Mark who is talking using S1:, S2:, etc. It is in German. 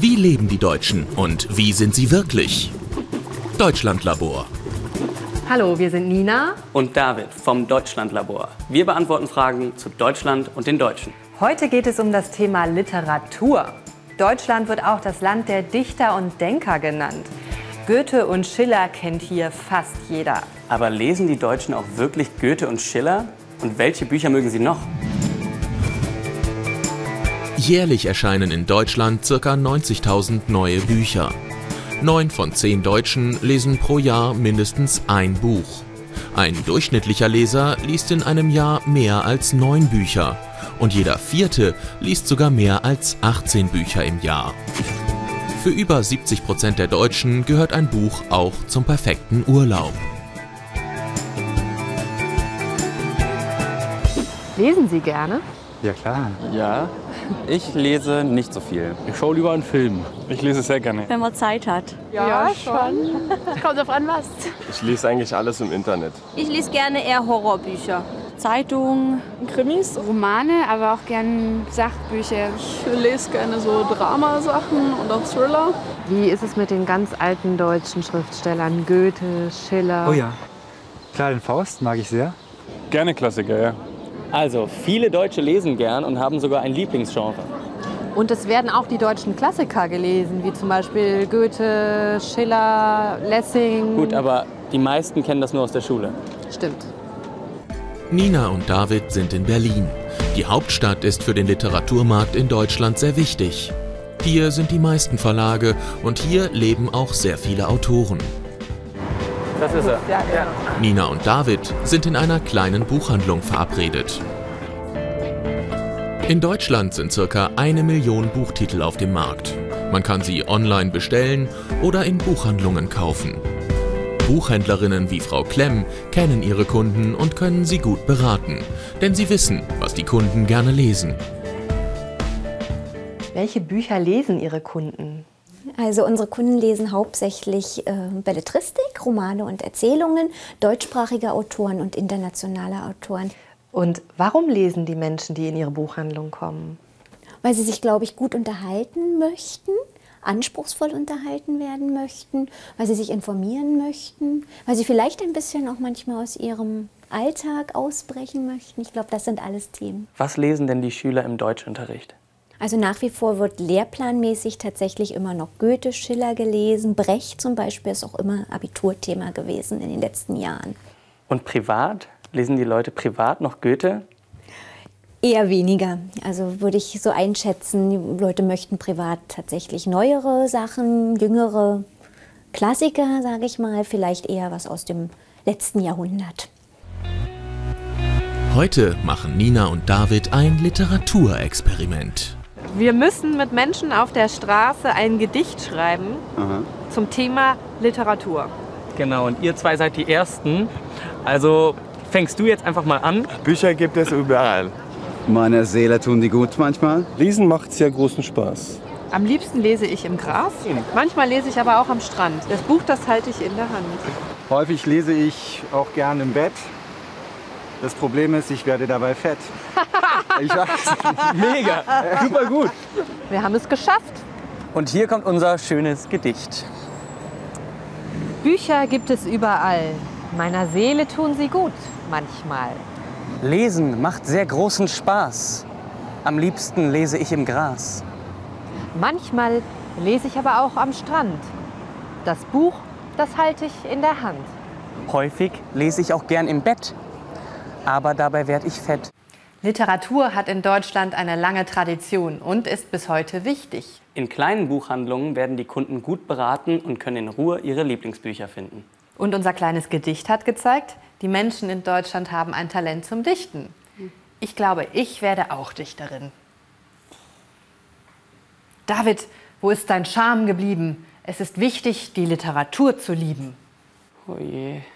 S1: Wie leben die Deutschen und wie sind sie wirklich? Deutschlandlabor.
S2: Hallo, wir sind Nina.
S3: und David vom Deutschlandlabor. Wir beantworten Fragen zu Deutschland und den Deutschen.
S2: Heute geht es um das Thema Literatur. Deutschland wird auch das Land der Dichter und Denker genannt. Goethe und Schiller kennt hier fast jeder.
S3: Aber lesen die Deutschen auch wirklich Goethe und Schiller? Und welche Bücher mögen sie noch?
S1: Jährlich erscheinen in Deutschland ca. 90.000 neue Bücher. Neun von zehn Deutschen lesen pro Jahr mindestens ein Buch. Ein durchschnittlicher Leser liest in einem Jahr mehr als neun Bücher. Und jeder vierte liest sogar mehr als 18 Bücher im Jahr. Für über 70 Prozent der Deutschen gehört ein Buch auch zum perfekten Urlaub.
S2: Lesen Sie gerne?
S4: Ja klar.
S5: Ja, ich lese nicht so viel.
S6: Ich schaue lieber einen Film.
S7: Ich lese sehr gerne.
S8: wenn man Zeit hat.
S7: Ich lese eigentlich alles im Internet.
S8: Ich lese gerne eher Horrorbücher. Zeitungen,
S9: Krimis, Romane, aber auch gern Sachbücher. Ich lese gerne so Dramasachen und auch Thriller.
S2: Wie ist es mit den ganz alten deutschen Schriftstellern Goethe, Schiller?
S4: Oh ja. Klar, den Faust mag ich sehr.
S7: Gerne Klassiker, ja.
S3: Also, viele Deutsche lesen gern und haben sogar ein Lieblingsgenre.
S2: Und es werden auch die deutschen Klassiker gelesen, wie zum Beispiel Goethe, Schiller, Lessing.
S3: Gut, aber die meisten kennen das nur aus der Schule.
S2: Stimmt.
S1: Nina und David sind in Berlin. Die Hauptstadt ist für den Literaturmarkt in Deutschland sehr wichtig. Hier sind die meisten Verlage und hier leben auch sehr viele Autoren.
S3: Das ist er.
S1: Nina und David sind in einer kleinen Buchhandlung verabredet. In Deutschland sind circa eine Million Buchtitel auf dem Markt. Man kann sie online bestellen oder in Buchhandlungen kaufen. Buchhändlerinnen wie Frau Klemm kennen ihre Kunden und können sie gut beraten, denn sie wissen, was die Kunden gerne lesen.
S2: Welche Bücher lesen Ihre Kunden?
S10: Also unsere Kunden lesen hauptsächlich äh, Belletristik, Romane und Erzählungen deutschsprachiger Autoren und internationaler Autoren,
S2: Und warum lesen die Menschen, die in Ihre Buchhandlung kommen?
S10: weil sie sich, glaube ich, gut unterhalten möchten, anspruchsvoll unterhalten werden möchten, weil sie sich informieren möchten, weil sie vielleicht ein bisschen auch manchmal aus ihrem Alltag ausbrechen möchten. Ich glaube, das sind alles Themen.
S3: Was lesen denn die Schüler im Deutschunterricht?
S10: Also nach wie vor wird lehrplanmäßig tatsächlich immer noch Goethe, Schiller gelesen. Brecht zum Beispiel ist auch immer Abiturthema gewesen in den letzten Jahren.
S3: Und privat? Lesen die Leute privat noch Goethe?
S10: Eher weniger. Also würde ich so einschätzen, die Leute möchten privat tatsächlich neuere Sachen, jüngere Klassiker, sage ich mal, vielleicht eher was aus dem letzten Jahrhundert.
S1: Heute machen Nina und David ein Literaturexperiment.
S9: Wir müssen mit Menschen auf der Straße ein Gedicht schreiben zum Thema Literatur.
S3: Genau, und ihr zwei seid die Ersten. Also fängst du jetzt einfach mal an.
S7: Bücher gibt es überall.
S4: Meiner Seele tun die gut manchmal.
S7: Lesen macht sehr großen Spaß.
S9: Am liebsten lese ich im Gras, manchmal lese ich aber auch am Strand. Das Buch, das halte ich in der Hand.
S4: Häufig lese ich auch gern im Bett. Das Problem ist, ich werde dabei fett. Ich weiß.
S3: Mega, super gut.
S2: Wir haben es geschafft.
S3: Und hier kommt unser schönes Gedicht.
S2: Bücher gibt es überall. Meiner Seele tun sie gut, manchmal.
S3: Lesen macht sehr großen Spaß. Am liebsten lese ich im Gras.
S2: Manchmal lese ich aber auch am Strand. Das Buch, das halte ich in der Hand.
S3: Häufig lese ich auch gern im Bett. Aber dabei werd ich fett.
S2: Literatur hat in Deutschland eine lange Tradition und ist bis heute wichtig.
S3: In kleinen Buchhandlungen werden die Kunden gut beraten und können in Ruhe ihre Lieblingsbücher finden.
S2: Und unser kleines Gedicht hat gezeigt, die Menschen in Deutschland haben ein Talent zum Dichten. Ich glaube, ich werde auch Dichterin. David, wo ist dein Charme geblieben? Es ist wichtig, die Literatur zu lieben.
S3: Oh je.